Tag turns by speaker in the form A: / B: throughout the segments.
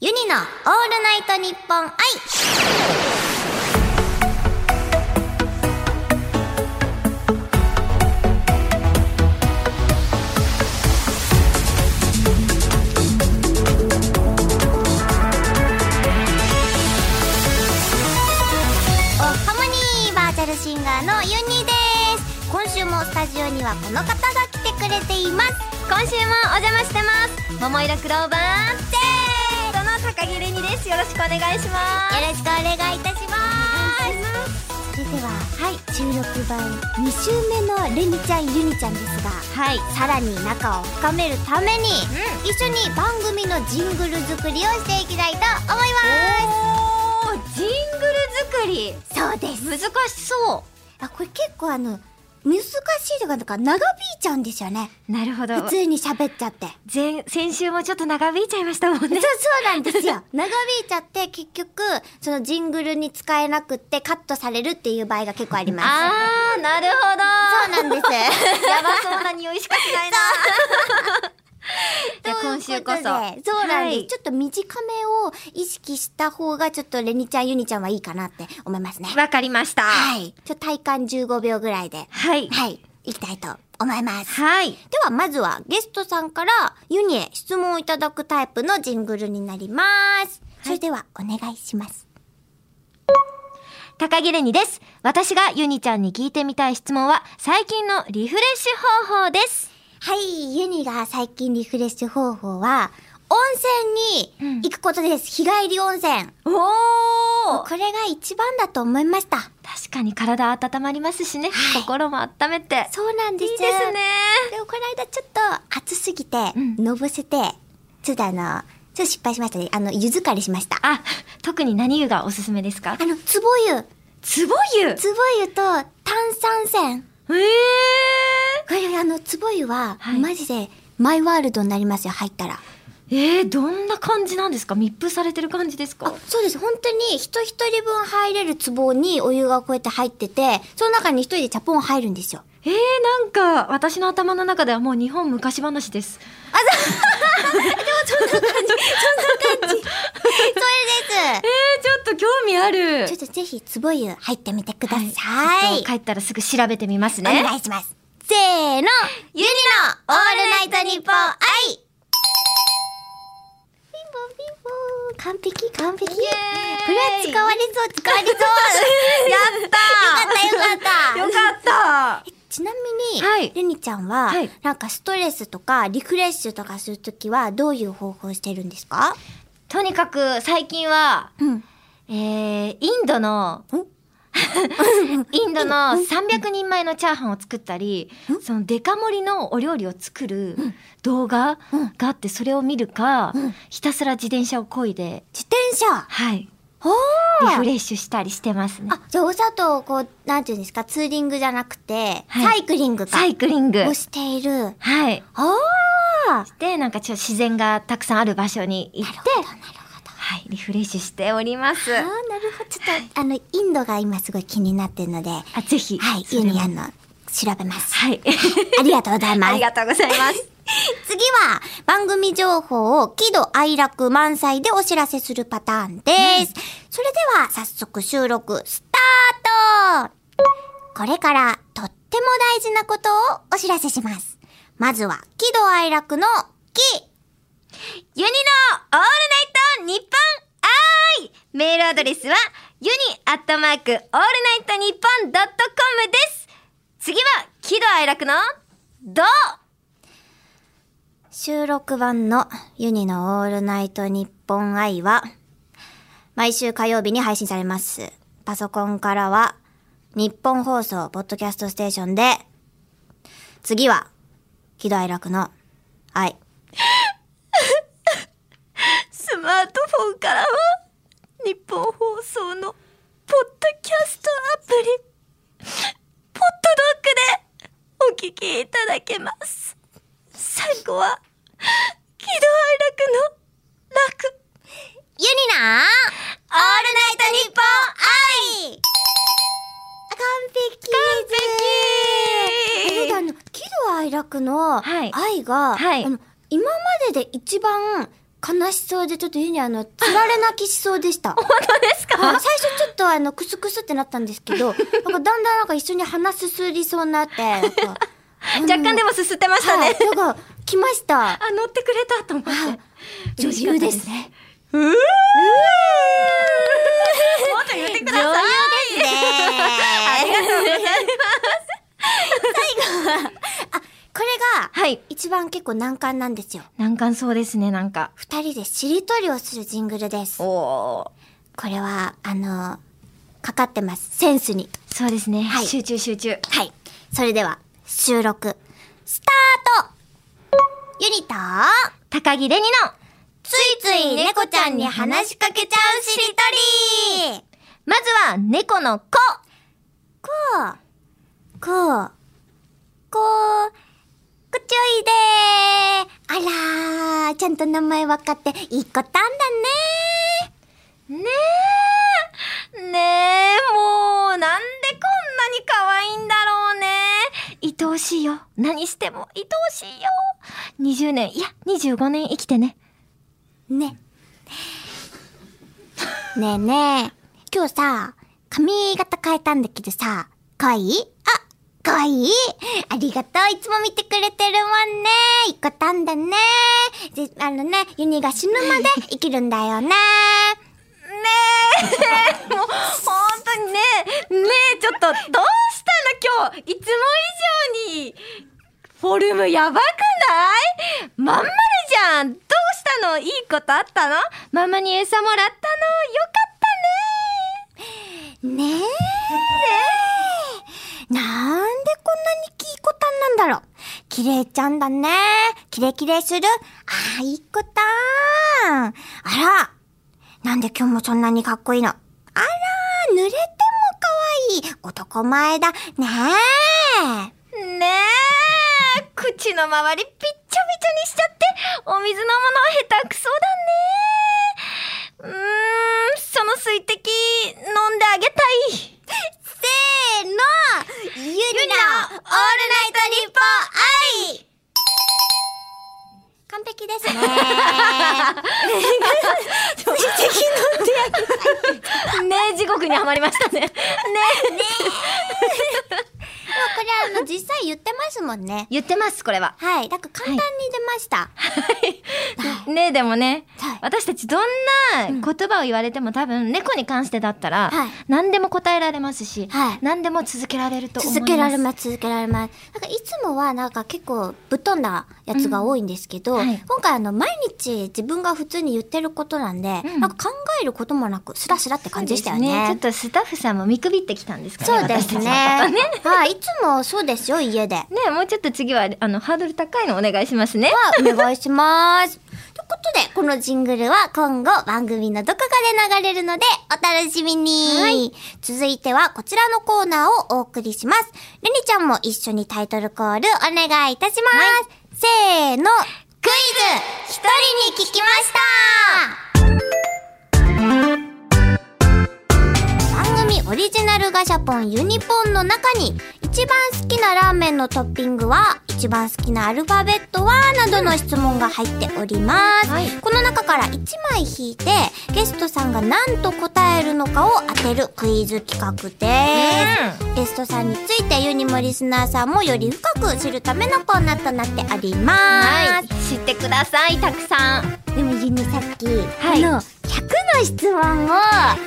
A: ユニのオールナイトニッポン愛おハモニーバーチャルシンガーのユニです今週もスタジオにはこの方が来てくれています今週もお邪魔してます桃色クローバーです
B: その高木れにです。よろしくお願いします。
A: よろしくお願いいたしますそれでは、はい、16番2週目のレミちゃんユニちゃんですが
B: はい。
A: さらに仲を深めるために、一緒に番組のジングル作りをしていきたいと思いま
B: おー、ジングル作り。
A: すそうです
B: 難しそ
A: あこれ結構あの難しいとかなんか長引いちゃうんですよね
B: う。なるほど
A: 普。通に喋っちゃって
B: 前、先週もちょっと長引いちゃいましたもん
A: そう
B: ね。
A: そうなんです よ長引いちゃって結局そのジングルに使えなくってカットされるっていう場合が結構あります
B: あー、なるほど。
A: そうなんです
B: やばそうな匂いしかしないな。 じゃあ今週
A: と
B: こそ。
A: いうことでそうなんです、
B: はい
A: ちょっと短めを意識した方がちょっとレニちゃんユニちゃんはいいかなって思いますね
B: わかりました。
A: はいちょっと体感15秒ぐらいで
B: はい。
A: はいいきたいと思います
B: はい。
A: ではまずはゲストさんからユニへ質問をいただくタイプのジングルになります、それではお願いします
B: 高木れにです。私がユニちゃんに聞いてみたい質問は、最近のリフレッシュ方法です。
A: はいユニが最近リフレッシュ方法は温泉に行くことです、日帰り温泉
B: お
A: これが一番だと思いました
B: 確かに体温まりますしね、心も温めて
A: そうなん
B: い
A: で
B: い
A: す
B: ですね
A: でもこの間ちょっと暑すぎて、
B: ん
A: のぼせてちょっとあのちょっと失敗しましたねあの湯疲れしましたあ
B: あ特に何湯がおすすめですか
A: のつぼ湯
B: つぼ湯
A: つぼ湯と炭酸泉
B: ええ
A: これあのつぼ湯は、
B: はい
A: マジでマイワールドになりますよ入ったら
B: えー、どんな感じなんですか密封されてる感じですか
A: あそうです本当に人一人分入れるつぼにお湯がこうやって入っててその中に一人でチャポン入るんですよ
B: えー、なんか私の頭の中ではもう日本昔話です
A: それで
B: えー、ちょっと興味ある
A: すちょっとぜひつぼ湯入ってみてください、
B: ちょっと帰ったらすぐ調べてみます
A: お
B: ね
A: 願いしますせーのゆりのオールナイトニッポン愛ピンポンピンポン完璧完璧これは使われそう使われそう
B: や
A: よかった よかった
B: かった
A: ちなみに、
B: はい
A: レニちゃんは、
B: はい
A: なんかストレスとかリフレッシュとかするときはどういう方法をしてるんですか
B: とにかく最近は
A: うん。
B: えー、インドの
A: ん、
B: インドの300人前のチャーハンを作ったり、そのデカ盛りのお料理を作る動画
A: うん
B: があって、それを見るか
A: うん、
B: ひたすら自転車を漕いで、
A: 自転車
B: はい、
A: ほ
B: リ
A: ー
B: フレッシュしたりしてますね。
A: あ、じゃあお砂糖をこう、なんていうんですか、ツーリングじゃなくて、
B: はい
A: サイクリングか。
B: サイクリング。
A: をしている。
B: はい。
A: ああ
B: で、なんかちょっと自然がたくさんある場所に行っ
A: な
B: て
A: る、ほど、なるほど。
B: はい、リフレッシュしております。
A: あーなるほど。ちょっと、あの、インドが今すごい気になってるので、は
B: あ、ぜひ。
A: い、
B: そ
A: ユ
B: れ
A: ニ
B: も
A: あの、調べます。
B: はい。
A: ありがとうござい
B: あ
A: ま
B: り
A: す。
B: がとうございます。
A: 次は、番組情報を喜怒哀楽満載でお知らせするパターンです。それでは、早速収録スタートこれから、とっても大事なことをお知らせします。まずは、喜怒哀楽の喜
B: ユニのオールナイトニッポン愛メールアドレスはユニアットマークオールナイトニッポンドットコムです次は喜怒哀楽のド
A: 収録版のユニのオールナイトニッポン愛は、毎週火曜日に配信されます。パソコンからは、日本放送、ポッドキャストステーションで、次は、喜怒哀楽の愛。
B: スマートフォンからは日本放送のポッドキャストアプリポッドドッグでお聞きいただけます最後は喜怒哀楽の楽
A: ユニなオールナイトニッポン愛完璧あれだあの喜怒哀楽の
B: はい
A: 愛が、
B: はい
A: あの今までで一番悲しそうで、ちょっと家にあの、つられ泣きしそうで した。
B: 本当ですか
A: あの最初ちょっとあの、クスクスってなったんですけど、 なんかだんだんなんか一緒に鼻すすりそうになって、なんか
B: 若干で
A: も、
B: もすすってました
A: は
B: ね。
A: い、なんか、来ました。
B: あ、乗ってくれたと思って。
A: 女優ですね。
B: うーもっと言ってください。
A: ね
B: ありがとうござい
A: これが、
B: ます。はい。
A: 一番結構難関なんですよ。
B: 難関そうですね、なんか。
A: 二人でしりとりをするジングルです。
B: おー。
A: これは、あの、かかってます。センスに。
B: そうですね。
A: はい
B: 集中集中。
A: はい。それでは、収録、スタートユニと、
B: 高木れにの、
A: ついつい猫ちゃんに話しかけちゃうしりとり
B: まずは猫の子。
A: こう、こう、こう、こっちおいであらー、ちゃんと名前分かっていい子たんだね
B: ねえ。ねえ、もう、なんでこんなに可愛いんだろうね。愛おしいよ。何しても愛おしいよ。20年、いや、25年生きてね。
A: ね。ねえねえ、今日さ、髪型変えたんだけどさ、かわいいあ、かわいいありがとう。いつも見てくれてるもんね。いこたんだね。で、あのね、ユニが死ぬまで生きるんだよね。
B: ねえもう本当にねねえちょっとどうしたの今日いつも以上にフォルムやばくないまんまるじゃんどうしたのいいことあったのママに餌もらったのよかった
A: ねえ。なんでこんなにキイコタンなんだろう。キレイちゃんだね。キレキレする。ああ、いい子たん。あら。なんで今日もそんなにかっこいいの。あら、濡れてもかわいい。男前だ。ねえ。
B: ねねえ口の周りびっちょびちょにしちゃってお水飲むの下手くそだねうーんその水滴飲んであげたい
A: せーのゆりのオールナイトリポ愛完璧ですね。
B: ねえ地獄にはまりましたね。ね
A: もうこれあの実際言ってますもんね。
B: 言ってますこれは。
A: はい。だから簡単に出ました。
B: ねえでもね、
A: はい
B: 私たちどんな言葉を言われても多分猫に関してだったら、
A: はい
B: 何でも答えられますし、
A: はい
B: 何でも続けられると思います。
A: 続けられます、続けられます。なんかいつもはなんか結構ぶっ飛んだやつが多いんですけど、
B: うんはい
A: 今回あの毎日自分が普通に言ってることなんで、
B: うん
A: なんか考えることもなく、スラスラって感じでしたよ
B: そうです
A: ね
B: ちょっ。とスタッフさんも見くびってきたんですか ね。
A: そうですね。
B: 私たちのことね
A: はい。いつもそうですよ、家で。
B: ねえもうちょっと次はあのハードル高いのお願いしますね。
A: お願いします。ということで、このジングルは今後番組のどこかで流れるのでお楽しみに、続いてはこちらのコーナーをお送りします。ルニちゃんも一緒にタイトルコールお願いいたします。せーの、クイズ一人に聞きました番組オリジナルガシャポンユニポンの中に一番好きなラーメンのトッピングは一番好きなアルファベットはなどの質問が入っております、
B: はい
A: この中から1枚引いてゲストさんが何と答えるのかを当てるクイズ企画です、ゲストさんについてユニもリスナーさんもより深く知るためのコーナーとなっております、
B: はい知ってくださいたくさん。
A: でもユニさっき、
B: い
A: あの100の質問を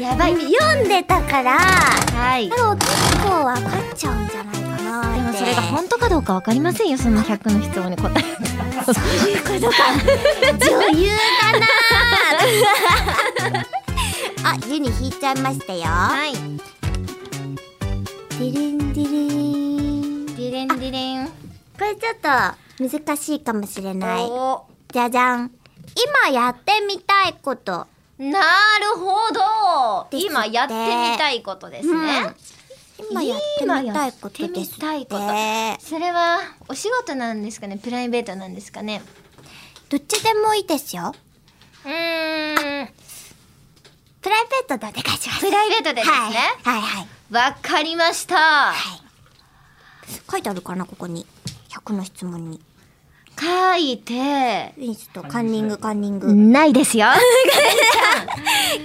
B: やばい
A: 読んでたから
B: はい。
A: で
B: で
A: も結構わかっちゃうんじゃないかなって
B: もそれが本当かどうかわかりませんよその100の質問に答え
A: そういうことか女優だなあユニ引いちゃいましたよ
B: い。
A: ディリンディリン
B: ディレンディレン。
A: これちょっと難しいかもしれない
B: おー
A: じゃじゃん今やってみたいこと
B: なるほど
A: ですって
B: 今やってみたいことですね、
A: うん今やってみたいこと
B: 今や
A: で
B: っ
A: すっ
B: てみたいこと
A: て
B: それはお仕事なんですかねプライベートなんですかね
A: どっちでもいいですよ
B: うーん
A: プライベートでお願いします
B: プライベートでですね
A: はい、はいはい
B: わ、かりました
A: はい書いてあるかなここに100の質問に
B: 書いて、
A: えちょっとカンニングカンニング。
B: ないです よ。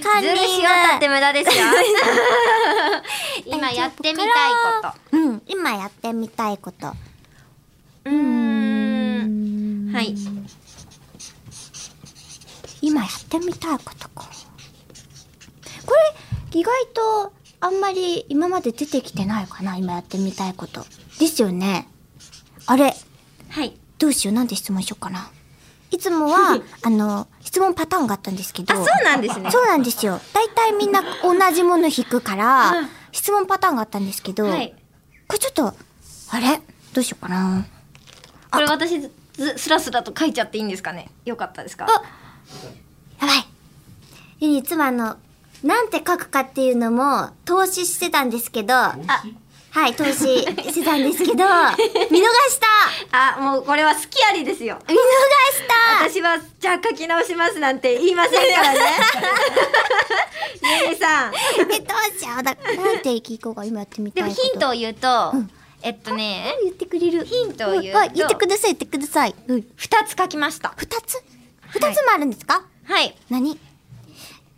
A: カンニ
B: ず
A: ン
B: る
A: グ。
B: しようたって無駄 ですよ。今やってみたいこと。
A: と。うん、今やってみたいこと。
B: うーん。はい。
A: 今やってみたいことか。これ、意外とあんまり今まで出てきてないかな、今やってみたいこと。ですよね。あれ、
B: はい。
A: どうしよう、なんで質問しようかな。いつも は、あの、質問パターンがあったんですけど。
B: あ、そうなんです ね。
A: そうなんですよ。大体みんな同じもの引くから
B: うん、
A: 質問パターンがあったんですけど、
B: はい。
A: これちょっと、あれどうしようかな。
B: これ私ず、ずスラスラと書いちゃっていいんですかね。よかったですか。
A: あやばい。ユニ、いつもあの、なんて書くかっていうのも、投資してたんですけど、あ、はい、投資してたん ですけど、見逃した
B: あ、もうこれは好きありですよ。
A: 見逃した
B: 私は、じゃあ書き直しますなんて言いませんか らね。ねえさん。
A: え、どうしようだなんて聞こうか、今やってみた
B: で
A: い
B: も
A: こと。
B: ヒントを言うと、えっとね、
A: 言ってくれる。ヒ
B: ントを言うと
A: はい、言ってください、言ってください。うん。
B: 二つ書きました。
A: 二つ二つもあるんですか、
B: はい。
A: 何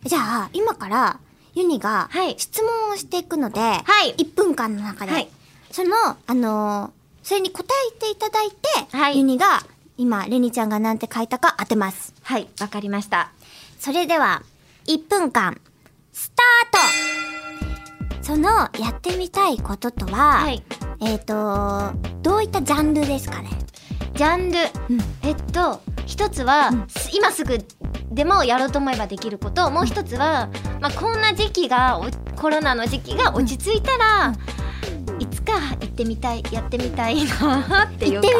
A: じゃあ、今から、ユニが
B: はい、
A: 質問をしていくので、
B: い
A: 1分間の中で、
B: はい
A: その、あのーそれに答えていただいて、
B: はい
A: ユニが、今、レニちゃんがなんて書いたか当てます。
B: はい、わかりました。
A: それでは、1分間、スタートその、やってみたいこととは、
B: はい。
A: えっ、と、どういったジャンルですかね
B: ジャンル、
A: うん
B: えっと、一つは、
A: うん
B: す今すぐでもやろうと思えばできること、もう一つは、まあ、こんな時期が、おコロナの時期が落ち着いたら、いつか行ってみたい、やってみたいなってい
A: 行
B: う
A: って。み
B: か
A: たい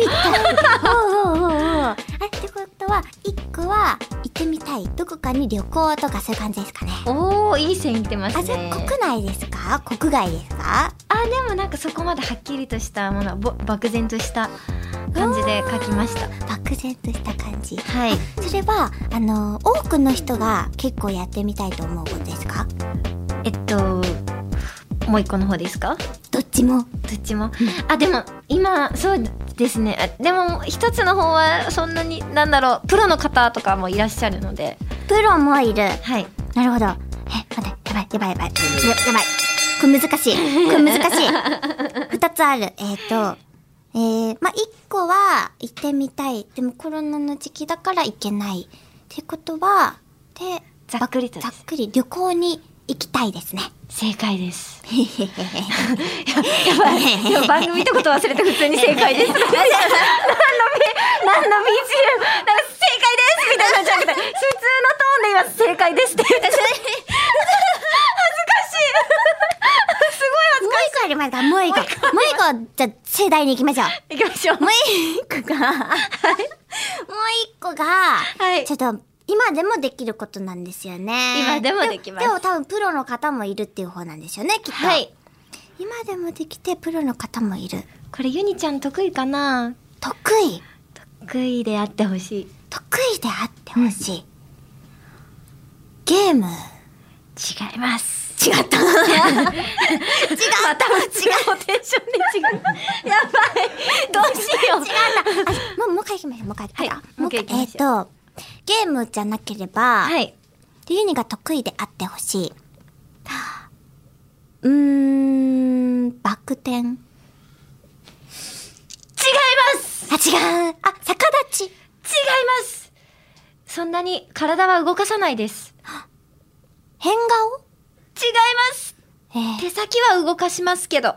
A: おうおうおうおうあってことは一個は行ってみたいどこかに旅行とかそういう感じですかね
B: おー、いい線いってます
A: あ
B: ね。
A: じゃあ国内ですか国外ですか
B: あでもなんかそこまではっきりとしたものぼ漠然とした感じで書きました
A: 漠然とした感じ
B: はい
A: それはあの多くの人が結構やってみたいと思うことですか
B: えっともう一個の方ですか
A: どっちも
B: どっちもあでも今そうですねあでも一つの方はそんなになんだろうプロの方とかもいらっしゃるので
A: プロもいる
B: はい
A: なるほどえ待ってやばいやばいやばいややばいこれ難しいこれ難 しい二つあるえっ、とえー、まあ一個は行ってみたいでもコロナの時期だから行けないってことはで
B: ざっくりとで
A: ざっ
B: す
A: くり旅行に行きたいです ね
B: 正解です
A: へへへへ
B: やばい でも番組ってこと忘れて普通 に正解です何の B 何の BGM なんか正解ですみたいなんじゃなくて普通のトーンで今正解ですって言って
A: もう一個ありますかもう一個もう一個じゃあ盛大に行きましょう
B: 行きましょう。
A: もう一個が、もう一個が、
B: はい
A: ちょっと、今でもできることなんですよね。
B: 今でもできます
A: でも多分プロの方もいるっていう方なんですよね、きっと。
B: はい。
A: 今でもできてプロの方もいる。
B: これユニちゃん得意かな
A: 得意。
B: 得意であってほしい。
A: 得意であってほしい。ゲーム。
B: 違います。
A: 違 った。
B: 違う。また違う。テンションで違う。やばい。どうしよう。違うな。
A: もう、もう一回行きましょう。もう一回。
B: はい
A: もう一
B: もう一回
A: 回。えっ、
B: 行きましょ
A: と、ゲームじゃなければ、
B: はい。
A: ユニが得意であってほしい。うーん、バク転。あ、違う
B: 違います。
A: あ、逆立ち。
B: 違います。そんなに体は動かさないです。
A: 変顔
B: 違います。
A: えー、
B: 手先は動かしますけど。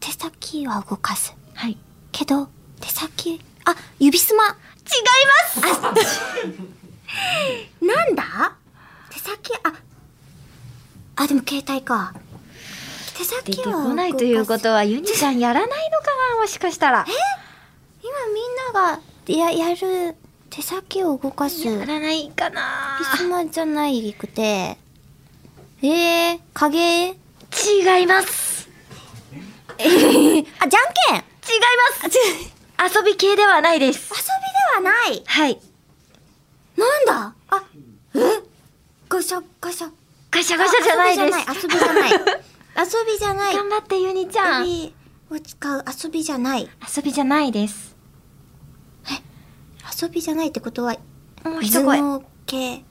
A: 手先は動かす。
B: はい。違い
A: けど、手先、あ、指すま。
B: ます。
A: なんだ手先、あ、あ、でも携帯か。手
B: 出
A: 先
B: て
A: は動かす。
B: こないということはユニちゃんやらないのかなもしかしたら。
A: 今みんなが、や、やる、手先を動かす。
B: やらないかな
A: 指すまじゃないくて。えー、影
B: 違います。
A: あ、じゃんけん
B: 違います遊び系ではないです
A: 遊びではない
B: はい
A: なんだあ、えガシャガシャ。
B: ガシャガシャじゃないです
A: 遊びじゃない。遊びじゃ ない。遊
B: 頑張ってユニちゃん
A: びを使う遊びじゃない。
B: 遊びじゃないです
A: 遊びじゃないってことは、
B: もう一声
A: 頭脳系。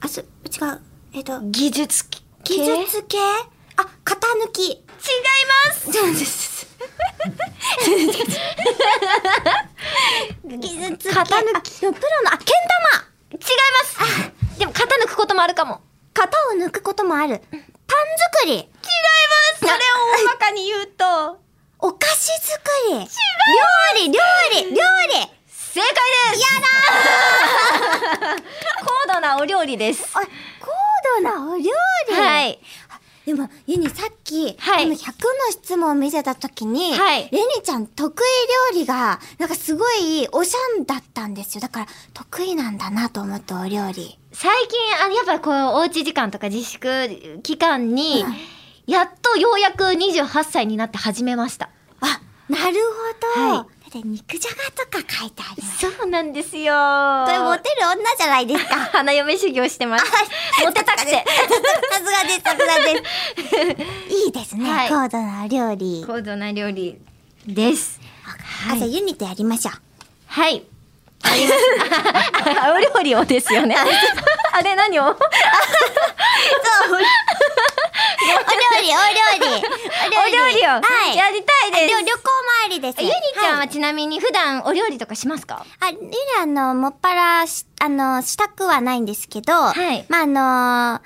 A: あす、違う。えっと、
B: 技術系
A: 技術系あ、型抜き。
B: 違います
A: そうです。技術系。
B: 型抜
A: き。プロの、あ、けん玉
B: 違いますでも型抜くこともあるかも
A: 型を抜くこともある。パン作り。
B: 違いますそれを大まかに言うと
A: お菓子作り。料理、料理、料理。
B: 正解ですやだ 高度なお料理です
A: あ、高度なお料理。
B: はい
A: でも、ユニ、さっき、
B: はい
A: この100の質問を見せたときに、
B: はい
A: レニちゃん得意料理が、なんかすごいおしゃんだったんですよ。だから、得意なんだなと思ったお料理。
B: 最近あやっぱこうおうち時間とか自粛期間に、
A: うん
B: やっとようやく28歳になって始めました
A: あ、なるほど。
B: はい
A: だって肉じゃがとか書いてあります。
B: そうなんですよ
A: これモテる女じゃないですか。
B: 花嫁修行してますモテたくて
A: さすがです、さすがです。いいですね、
B: はい
A: 高度なお料理。
B: 高度な料理です
A: あ、じゃあユニットやりましょう。
B: はい。 あお料理をですよね。 あれ何を
A: お料理、 お料理。
B: お料理をや
A: はい。
B: りたい
A: りょ
B: です。
A: 旅行回りです。
B: ゆりちゃん
A: はい
B: はちなみに普段お料理とかしますか
A: あ、ゆりあの、もっぱらし、あの、したくはないんですけど、
B: はい
A: まあ、あの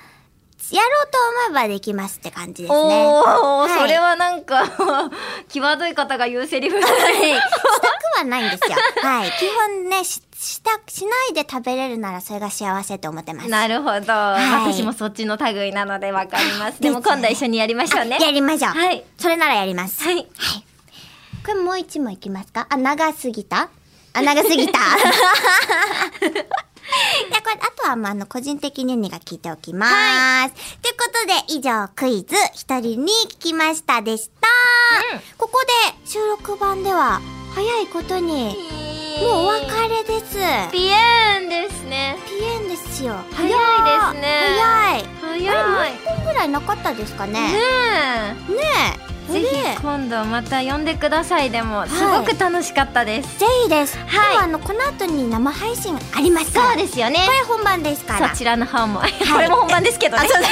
A: やろうと思えばできますって感じですね。
B: お
A: は
B: ー、
A: い
B: それはなんか、 際どい方が言うセリフだね。
A: したくはないんですよ。はい。基本ね、し、した、しないで食べれるならそれが幸せと思ってます。
B: なるほど。
A: はい
B: 私もそっちの類なのでわかります。
A: で
B: ですも今度一緒にやりましょうね
A: あ。やりましょう。
B: はい。
A: それならやります。
B: はい。
A: これもう一問いきますかあ、長すぎたあ、長すぎ た。いや、これ、あとは、まあ、あの、個人的にユニが聞いておきます。ということで、以上、クイズ、一人に聞きましたでした。ここで、収録版では、早いことに、もうお別れです。
B: ピエーンですね。
A: ピエンですよ。
B: 早いですね
A: 早い。
B: 早い。
A: あれ、もう一本ぐらいなかったですか
B: ね
A: ね。
B: え。
A: ねえ。
B: ぜひ
A: ねえ
B: 今度また呼んでくださいでも
A: い
B: すごく楽しかったです、
A: ぜひです。
B: い
A: 今日はあの、この後に生配信ありますから。
B: そうですよね
A: これ本番ですから。。
B: そちらの方も、これも本番ですけどねよろ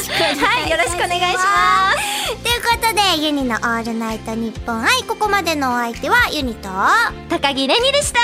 B: しくはいよろしくお願いします
A: ということで、ユニのオールナイトニッポン愛、ここまでのお相手はユニと、
B: す高木れにでした